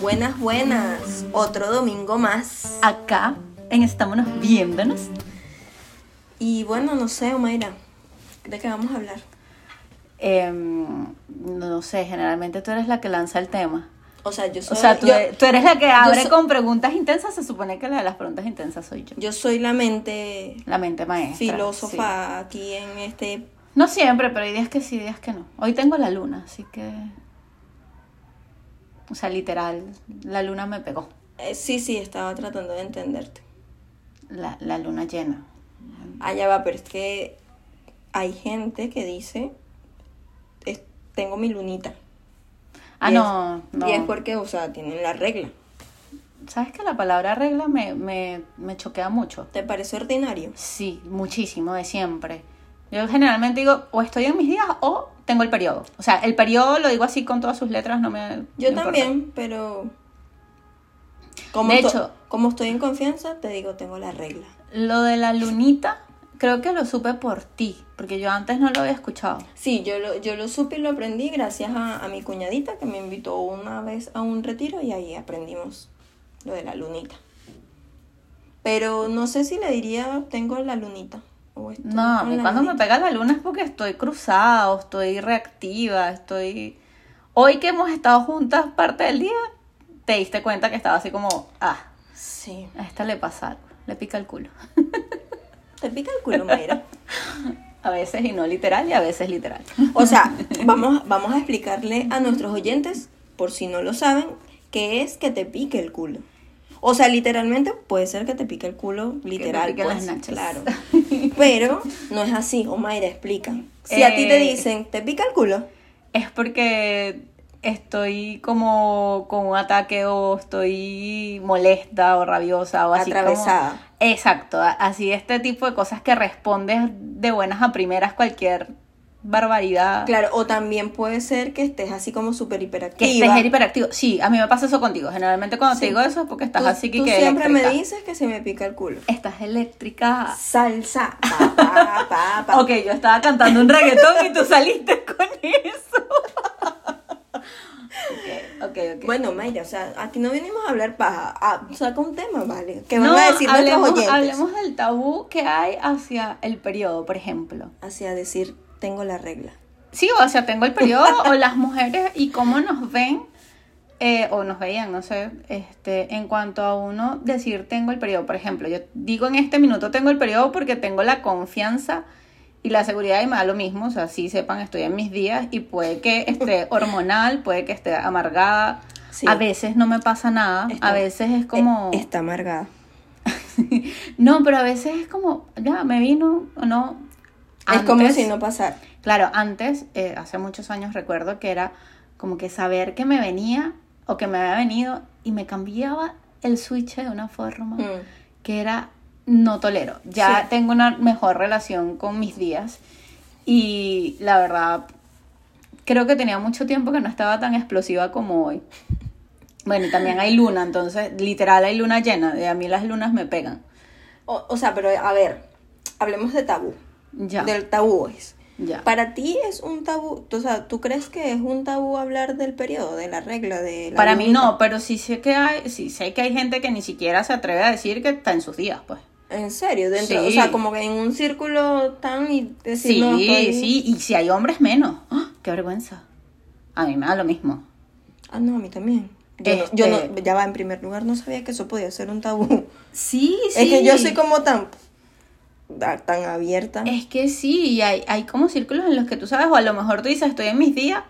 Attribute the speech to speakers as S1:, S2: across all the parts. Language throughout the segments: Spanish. S1: Buenas, buenas. Otro domingo más.
S2: acá en Estámonos Viéndonos.
S1: Y bueno, no sé, Omaira, ¿de qué vamos a hablar?
S2: Em, no sé, generalmente tú eres la que lanza el tema.
S1: O sea, yo soy,
S2: O sea, tú,
S1: Eh,
S2: e,
S1: yo,
S2: tú eres la que abre
S1: so-
S2: con preguntas intensas. Se supone que la de las preguntas intensas soy yo.
S1: yo soy la mente
S2: La mente maestra. sí.
S1: filósofa aquí en este...
S2: No siempre, pero hay días que sí, días que no. Hoy tengo la luna, así que. O sea, literal, la luna me pegó.
S1: eh, sí, sí, estaba tratando de entenderte.
S2: La, la luna llena.
S1: Allá va, pero es que hay gente que dice, es- tengo mi lunita.
S2: Ah,
S1: Y es-
S2: no, no.
S1: Y es porque, o sea, tienen la regla.
S2: ¿Sabes que la palabra regla me, me, me choquea mucho?
S1: ¿Te parece ordinario?
S2: Sí, muchísimo, de siempre. Yo generalmente digo, o estoy en mis días o tengo el periodo. O sea, el periodo lo digo así con todas sus letras, no me.
S1: Yo
S2: no importa.
S1: también, pero... Como,
S2: De
S1: esto-
S2: hecho-
S1: como estoy en confianza, te digo, tengo la regla.
S2: Lo de la lunita, creo que lo supe por ti, porque yo antes no lo había escuchado.
S1: Sí, yo lo, yo lo supe y lo aprendí gracias a, a mi cuñadita que me invitó una vez a un retiro y ahí aprendimos lo de la lunita. Pero no sé si le diría tengo la lunita. O estoy
S2: No, a
S1: con
S2: mí
S1: la
S2: cuando me
S1: lunita.
S2: pega la luna es porque estoy cruzada, o estoy reactiva, estoy... Hoy que hemos estado juntas parte del día, te diste cuenta que estaba así como, ah,
S1: Sí.
S2: a esta le pasa algo, le pica el culo.
S1: Te pica el culo, Mayra.
S2: A veces y no literal y a veces literal.
S1: O sea, vamos, vamos a explicarle a nuestros oyentes, por si no lo saben, qué es que te pique el culo. O sea, literalmente puede ser que te pique el culo, literal.
S2: piquen
S1: pues,
S2: las nachas.
S1: Claro. Pero no es así. Omaira, explica. Si a ti te
S2: Eh.
S1: dicen, ¿te pica el culo?
S2: Es porque estoy como con un ataque o estoy molesta o rabiosa o así. como-
S1: Atravesada.
S2: Exacto, a- así este tipo de cosas que respondes de buenas a primeras cualquier barbaridad.
S1: Claro, o también puede ser que estés así como súper
S2: Que
S1: hiperactiva.
S2: estés hiperactivo. Sí, a mí me pasa eso contigo. Generalmente cuando
S1: Sí.
S2: te digo eso es porque estás
S1: Tú-
S2: así que...
S1: Tú
S2: que
S1: siempre
S2: eléctrica.
S1: me dices que se me pica el culo.
S2: Estás eléctrica.
S1: Salsa. Pa, pa, pa, "Ah, pa.
S2: Ok, yo estaba cantando un reggaetón y tú saliste con eso. ok, ok, ok.
S1: Bueno, Mayra, o sea, aquí no venimos a hablar paja. Ah, saca un tema, ¿vale? Que van
S2: No,
S1: a decir nuestros
S2: hablemos,
S1: oyentes.
S2: hablemos del tabú que hay hacia el periodo, por ejemplo.
S1: Hacia decir, tengo la regla.
S2: Sí, o sea, tengo el periodo o las mujeres y cómo nos ven eh, o nos veían, no sé, este, en cuanto a uno decir tengo el periodo. Por ejemplo, yo digo en este minuto tengo el periodo porque tengo la confianza y la seguridad y me da lo mismo. O sea, sí sepan, estoy en mis días y puede que esté hormonal, puede que esté amargada.
S1: Sí.
S2: A veces no me pasa nada,
S1: Está-
S2: a veces es como...
S1: Eh, está amargada.
S2: No, pero a veces es como, ya, me vino o no. Ah,
S1: Es como
S2: Antes-
S1: si no pasara.
S2: Claro, antes, eh, hace muchos años recuerdo que era como que saber que me venía o que me había venido y me cambiaba el switch de una forma
S1: Mm.
S2: que era no tolero. Ya
S1: Sí.
S2: tengo una mejor relación con mis días y la verdad creo que tenía mucho tiempo que no estaba tan explosiva como hoy. Bueno, y también hay luna, entonces literal hay luna llena. y A mí las lunas me pegan.
S1: O, o sea, pero a ver, hablemos de tabú.
S2: Ya.
S1: Del tabú es.
S2: ya.
S1: Para ti es un tabú, o sea, ¿tú crees que es un tabú hablar del periodo, de la regla, de la
S2: Para mí
S1: lunita?
S2: no, pero sí sé que hay, sí sé que hay gente que ni siquiera se atreve a decir que está en sus días, pues.
S1: En serio, dentro,
S2: Sí.
S1: o sea, como que en un círculo tan y decir
S2: Sí,
S1: no, estoy-
S2: sí, y si hay hombres menos. ¡Ah! ¡Qué vergüenza! A mí me da lo mismo.
S1: Ah, no, a mí también. Yo, no- yo
S2: Este-
S1: no- ya va, en primer lugar, no sabía que eso podía ser un tabú.
S2: Sí, sí. Eh.
S1: Es que yo soy como tan, tan abierta.
S2: Es que sí, y hay, hay como círculos en los que tú sabes, o a lo mejor tú dices estoy en mis días,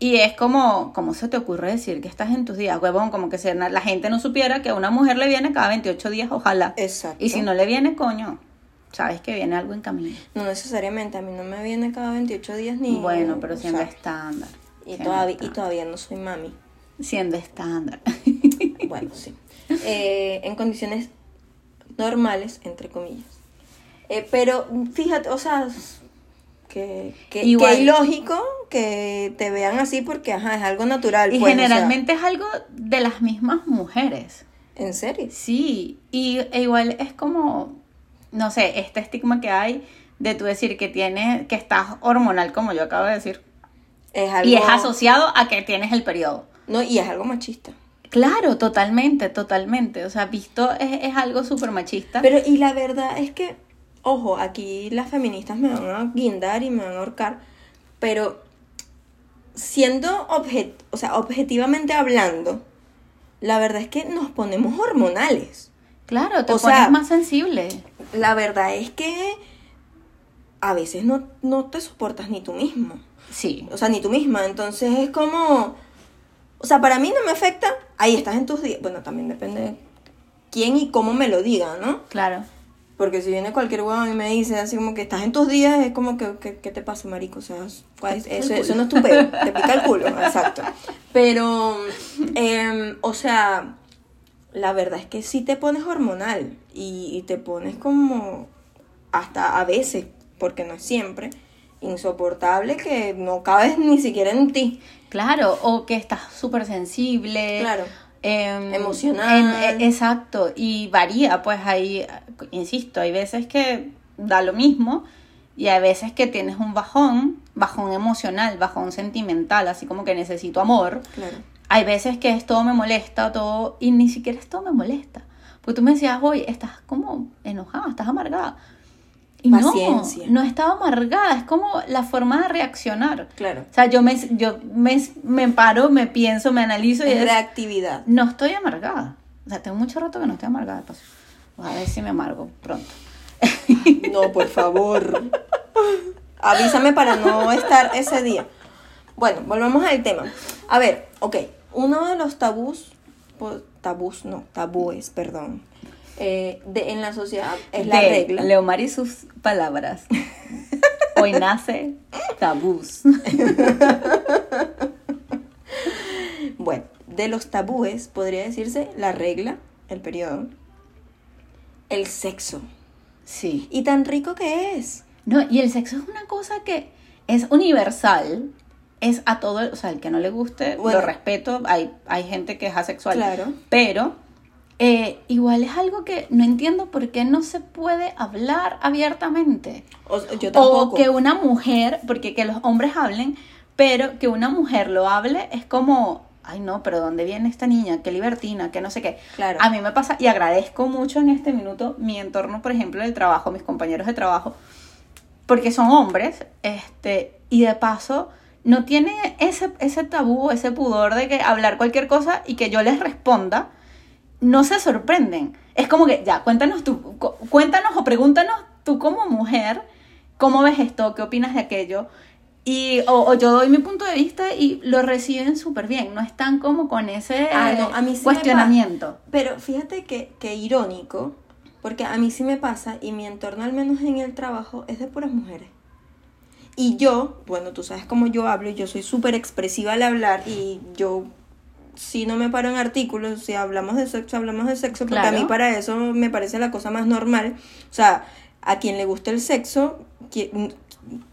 S2: y es como, ¿cómo se te ocurre decir que estás en tus días? Huevón, como que se- la gente no supiera que a una mujer le viene cada 28 días, ojalá.
S1: Exacto.
S2: Y si no le viene, coño, sabes que viene algo en camino.
S1: No necesariamente, a mí no me viene cada 28 días ni...
S2: Bueno, pero
S1: o
S2: siendo
S1: sea,
S2: estándar.
S1: y
S2: siendo
S1: todavía, y
S2: estándar.
S1: todavía no soy mami.
S2: Siendo estándar.
S1: Bueno, sí. Eh, en condiciones normales, entre comillas. Eh, pero fíjate, o sea, que, que,
S2: Igual.
S1: que ilógico que te vean así porque, ajá, es algo natural.
S2: Y
S1: pues, o sea,
S2: generalmente es algo de las mismas mujeres.
S1: en serio.
S2: Sí, y e igual es como, no sé, este estigma que hay de tú decir que tienes, que estás hormonal, como yo acabo de decir,
S1: Es algo,
S2: y es asociado a que tienes el periodo.
S1: No, y es algo machista.
S2: Claro, totalmente, totalmente. O sea, visto es, es algo súper machista.
S1: Pero y la verdad es que, ojo, aquí las feministas me van a guindar y me van a ahorcar, pero siendo objet, o sea, objetivamente hablando, la verdad es que nos ponemos hormonales.
S2: claro, te
S1: o
S2: pones
S1: sea,
S2: más sensible.
S1: La verdad es que a veces no, no te soportas ni tú mismo.
S2: Sí.
S1: O sea, ni tú misma. Entonces es como. O sea, para mí no me afecta. Ahí estás en tus días. Bueno, también depende de quién y cómo me lo diga, ¿no?
S2: Claro.
S1: Porque si viene cualquier huevón y me dice así como que estás en tus días, es como que, que- ¿qué te pasa, marico? O sea, es- ¿cuál es-
S2: pica el
S1: eso,
S2: culo.
S1: eso no es tu peo, te pica el culo, exacto. Pero, em, o sea, la verdad es que sí te pones hormonal y, y te pones como, hasta a veces, porque no es siempre, insoportable que no cabes ni siquiera en ti.
S2: Claro, o que estás súper sensible.
S1: Claro.
S2: em,
S1: Emocional.
S2: em, e- exacto, y varía, pues ahí, insisto, hay veces que da lo mismo y hay veces que tienes un bajón, bajón emocional, bajón sentimental, así como que necesito amor.
S1: Claro.
S2: Hay veces que es todo me molesta, todo, y ni siquiera es todo me molesta. Porque tú me decías, hoy estás como enojada, estás amargada. Y
S1: Paciencia.
S2: no, no estaba amargada, es como la forma de reaccionar.
S1: Claro.
S2: O sea, yo me, yo me, me paro, me pienso, me analizo y
S1: Es
S2: es,
S1: reactividad.
S2: no estoy amargada. O sea, tengo mucho rato que no estoy amargada. pues. A ver si me amargo pronto.
S1: No, por favor. Avísame para no estar ese día. Bueno, volvamos al tema. A ver, ok. Uno de los tabús, po- tabús no, tabúes, perdón, eh, de, en la sociedad es la
S2: De
S1: regla.
S2: Leomar y sus palabras. Hoy nace tabús.
S1: Bueno, de los tabúes podría decirse la regla, el periodo, el sexo.
S2: Sí.
S1: Y tan rico que es.
S2: No, y el sexo es una cosa que es universal. Es a todo, o sea, el que no le guste,
S1: Bueno.
S2: lo respeto. Hay, hay gente que es asexual.
S1: Claro.
S2: Pero eh, igual es algo que no entiendo por qué no se puede hablar abiertamente.
S1: O- yo tampoco.
S2: O que una mujer, porque que los hombres hablen, pero que una mujer lo hable es como, ay no, pero ¿dónde viene esta niña? Qué libertina, que no sé qué.
S1: Claro.
S2: A mí me pasa, y agradezco mucho en este minuto mi entorno, por ejemplo, del trabajo, mis compañeros de trabajo, porque son hombres, este, y de paso no tiene ese, ese tabú, ese pudor de que hablar cualquier cosa y que yo les responda, no se sorprenden. Es como que, ya, cuéntanos tú, cu- cuéntanos o pregúntanos tú como mujer, ¿cómo ves esto? ¿Qué opinas de aquello? Y, o, o yo doy mi punto de vista y lo reciben súper bien, no están como con ese
S1: Ah, no, a mí sí me
S2: cuestionamiento.
S1: Pero fíjate que, que irónico, porque a mí sí me pasa, y mi entorno, al menos en el trabajo, es de puras mujeres. Y yo, bueno, tú sabes cómo yo hablo, y yo soy súper expresiva al hablar, y yo, si no me paro en artículos, si hablamos de sexo, hablamos de sexo, porque
S2: Claro.
S1: a mí para eso me parece la cosa más normal. O sea, a quien le gusta el sexo, qui-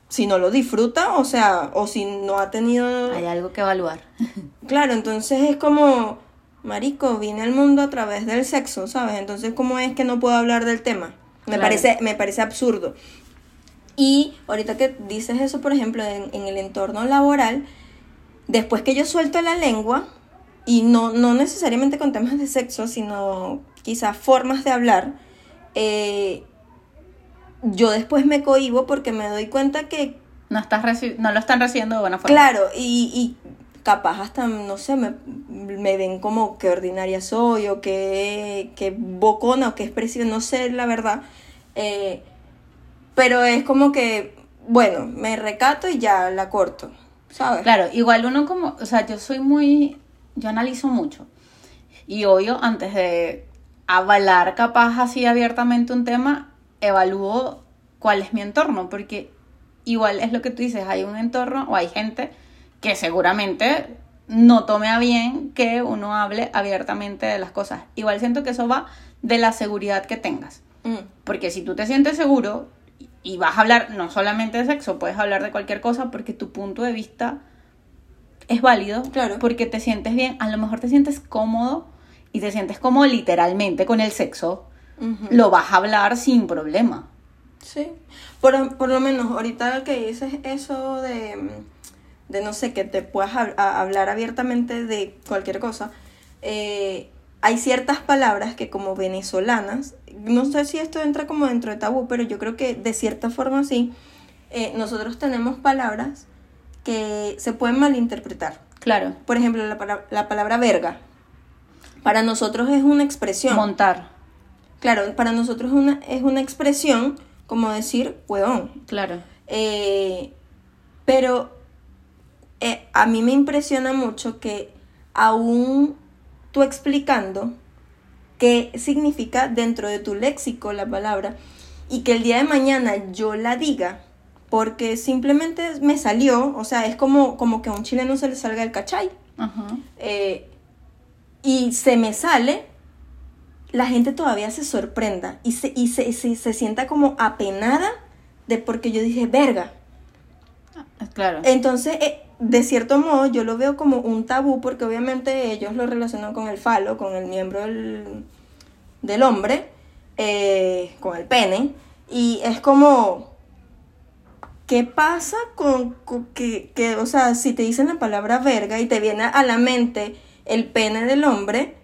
S1: si no lo disfruta, o sea, o si no ha tenido
S2: Hay algo que evaluar.
S1: Claro, entonces es como, marico, vine al mundo a través del sexo, ¿sabes? Entonces, ¿cómo es que no puedo hablar del tema? Me
S2: Claro.
S1: parece, me parece absurdo. Y ahorita que dices eso, por ejemplo, en, en el entorno laboral, después que yo suelto la lengua, y no, no necesariamente con temas de sexo, sino quizás formas de hablar, eh, yo después me cohibo porque me doy cuenta que,
S2: No, estás reci- no lo están recibiendo de buena forma.
S1: Claro, y, y capaz hasta, no sé, me, me ven como que ordinaria soy o que, que bocona o que expresiva, no sé la verdad. Eh, pero es como que, bueno, me recato y ya la corto, ¿sabes?
S2: Claro, igual uno como, o sea, yo soy muy, yo analizo mucho. Y obvio, antes de avalar capaz así abiertamente un tema, evalúo cuál es mi entorno, porque igual es lo que tú dices, hay un entorno o hay gente que seguramente no tome a bien que uno hable abiertamente de las cosas. Igual siento que eso va de la seguridad que tengas.
S1: Mm,
S2: Porque si tú te sientes seguro y- y vas a hablar no solamente de sexo, puedes hablar de cualquier cosa porque tu punto de vista es válido.
S1: Claro.
S2: Porque te sientes bien, a lo mejor te sientes cómodo y te sientes cómodo literalmente con el sexo,
S1: ujú.
S2: lo vas a hablar sin problema.
S1: Sí, por, por lo menos ahorita que dices eso de, mm, de no sé, que te puedas hab- a- hablar abiertamente de cualquier cosa, eh, hay ciertas palabras que como venezolanas, no sé si esto entra como dentro de tabú, pero yo creo que de cierta forma sí, eh, nosotros tenemos palabras que se pueden malinterpretar.
S2: Claro.
S1: Por ejemplo, la, pala- la palabra verga. Para nosotros es una expresión.
S2: Montar.
S1: claro, para nosotros es una, es una expresión como decir huevón.
S2: Claro.
S1: Eh, pero eh, a mí me impresiona mucho que aún tú explicando qué significa dentro de tu léxico la palabra y que el día de mañana yo la diga porque simplemente me salió, o sea, es como, como que a un chileno se le salga el cachay
S2: Ajá.
S1: eh, y se me sale, la gente todavía se sorprenda y se, y se, se, se sienta como apenada de porque yo dije verga.
S2: Claro.
S1: Entonces, eh, de cierto modo, yo lo veo como un tabú porque obviamente ellos lo relacionan con el falo, con el miembro del, del hombre, eh, con el pene, y es como... ¿Qué pasa con, con que, que, o sea, si te dicen la palabra verga y te viene a la mente el pene del hombre,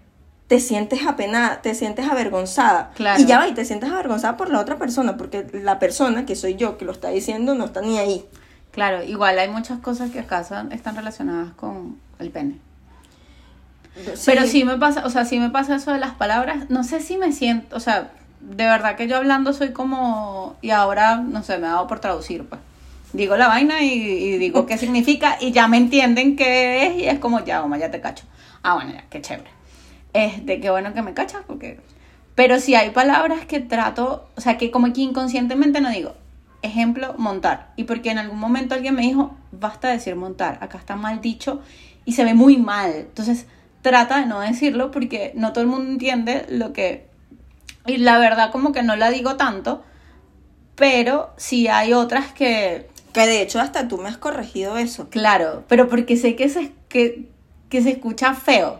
S1: te sientes apenada, te sientes avergonzada.
S2: Claro.
S1: Y ya va, y te sientes avergonzada por la otra persona, porque la persona que soy yo que lo está diciendo no está ni ahí.
S2: Claro. Igual hay muchas cosas que acá son- están relacionadas con el pene. Pero sí me pasa, o sea, sí me pasa eso de las palabras. No sé si me siento, o sea, de verdad que yo hablando soy como, y ahora, no sé, me ha dado por traducir, pues. Digo la vaina y, y digo qué significa y ya me entienden qué es y es como, ya, Oma, ya te cacho. Ah, bueno, ya, qué chévere. Este, qué bueno que me cachas porque... Pero si hay palabras que trato, o sea, que como que inconscientemente no digo. Ejemplo, montar. Y porque en algún momento alguien me dijo, basta de decir montar, acá está mal dicho y se ve muy mal. Entonces, trata de no decirlo porque no todo el mundo entiende lo que... Y la verdad como que no la digo tanto, pero si hay otras que,
S1: Que de hecho hasta tú me has corregido eso.
S2: claro, pero porque sé que se, que, que se escucha feo.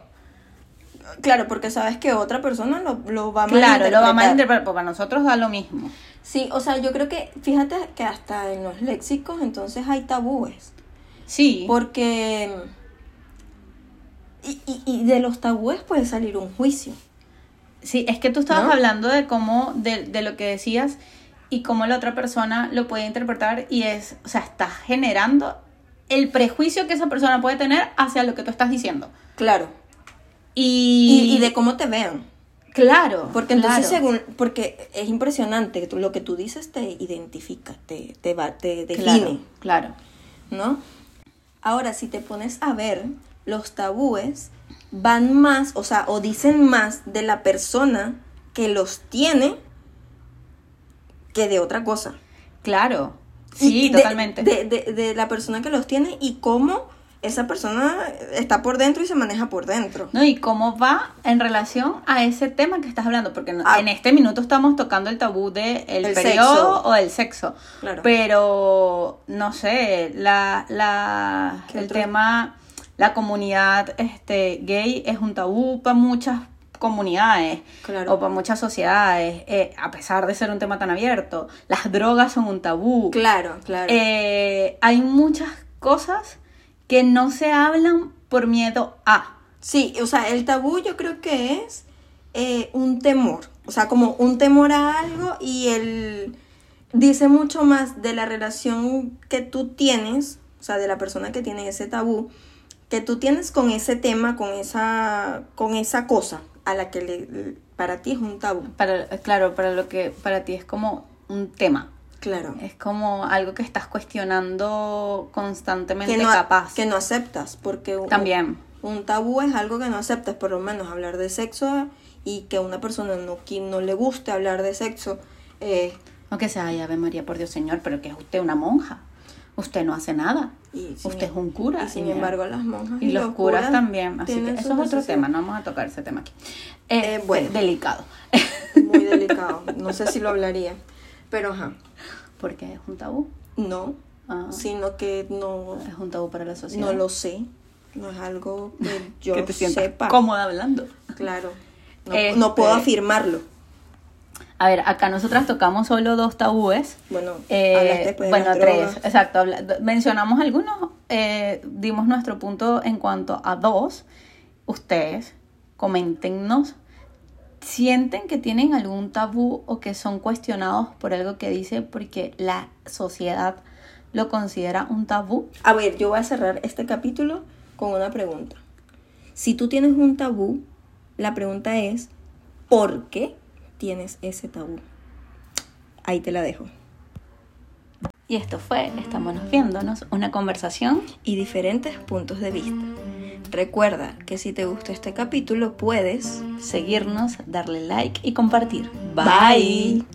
S1: Claro, porque sabes que otra persona lo, lo va a
S2: Claro, lo va a
S1: malinterpretar.
S2: malinterpretar, porque para nosotros da lo mismo.
S1: Sí, o sea, yo creo que, fíjate que hasta en los léxicos entonces hay tabúes.
S2: Sí.
S1: Porque... Y, y- y de los tabúes puede salir un juicio.
S2: Sí, es que tú estabas
S1: ¿No?
S2: hablando de cómo, de, de lo que decías y cómo la otra persona lo puede interpretar y es, o sea, estás generando el prejuicio que esa persona puede tener hacia lo que tú estás diciendo.
S1: Claro.
S2: Y,
S1: Y, y de cómo te vean.
S2: claro,
S1: Porque entonces
S2: claro,
S1: según... Porque es impresionante. tú- Lo que tú dices te identifica, te, te, va, te define.
S2: claro, claro,
S1: ¿no? Ahora, si te pones a ver, los tabúes van más, o sea, o dicen más de la persona que los tiene que de otra cosa.
S2: claro. Sí,
S1: Y de-
S2: totalmente.
S1: De, de- de la persona que los tiene y cómo esa persona está por dentro y se maneja por dentro.
S2: ¿No? Y cómo va en relación a ese tema que estás hablando, porque no-
S1: Ah.
S2: en este minuto estamos tocando el tabú del el
S1: El
S2: periodo
S1: sexo.
S2: o del sexo.
S1: Claro.
S2: Pero, no sé, la, la,
S1: ¿Qué
S2: el
S1: otro?
S2: tema, la comunidad este, gay es un tabú para muchas comunidades
S1: Claro.
S2: o para muchas sociedades, eh, a pesar de ser un tema tan abierto. Las drogas son un tabú.
S1: Claro, claro.
S2: Eh, hay muchas cosas que no se hablan por miedo a.
S1: Sí, o sea, el tabú yo creo que es eh, un temor, o sea, como un temor a algo y el dice mucho más de la relación que tú tienes, o sea, de la persona que tiene ese tabú, que tú tienes con ese tema, con esa, con esa cosa a la que le- para ti es un tabú.
S2: Para, claro, para lo que para ti es como un tema.
S1: Claro.
S2: Es como algo que estás cuestionando constantemente
S1: Que no,
S2: capaz.
S1: que no aceptas, porque un-
S2: También.
S1: Un tabú es algo que no aceptas, por lo menos hablar de sexo y que a una persona no, qui- no le guste hablar de sexo. eh,
S2: No que sea, ay, Ave María, por Dios, señor, pero que es usted una monja. Usted no hace nada.
S1: y sin- em-,
S2: usted es un cura.
S1: Y sin
S2: señora.
S1: embargo, las monjas.
S2: Y los, curas, también. Así que
S1: tienen
S2: eso
S1: sus
S2: es otro
S1: necesidades.
S2: tema, no vamos a tocar ese tema aquí.
S1: Eh,
S2: Este,
S1: bueno.
S2: Delicado.
S1: Muy delicado. No sé si lo hablaría. Pero, ajá.
S2: Porque es un tabú.
S1: No,
S2: Ah,
S1: sino que no,
S2: Es un tabú para la sociedad.
S1: no lo sé. No es algo que yo
S2: que te sientas
S1: sepa.
S2: cómoda hablando.
S1: Claro. No,
S2: Este-
S1: no puedo afirmarlo.
S2: A ver, acá nosotras tocamos solo dos tabúes.
S1: Bueno,
S2: Eh,
S1: hablaste después de
S2: bueno,
S1: las
S2: tres,
S1: drogas.
S2: exacto. habla- d- mencionamos algunos, eh, dimos nuestro punto en cuanto a dos. Ustedes, coméntenos. ¿Sienten que tienen algún tabú o que son cuestionados por algo que dice porque la sociedad lo considera un tabú?
S1: A ver, yo voy a cerrar este capítulo con una pregunta. Si tú tienes un tabú, la pregunta es, ¿por qué tienes ese tabú? Ahí te la dejo.
S2: Y esto fue Estámonos viéndonos, una conversación.
S1: Y diferentes puntos de vista. Recuerda que si te gustó este capítulo puedes
S2: Seguirnos, darle like y compartir.
S1: Bye.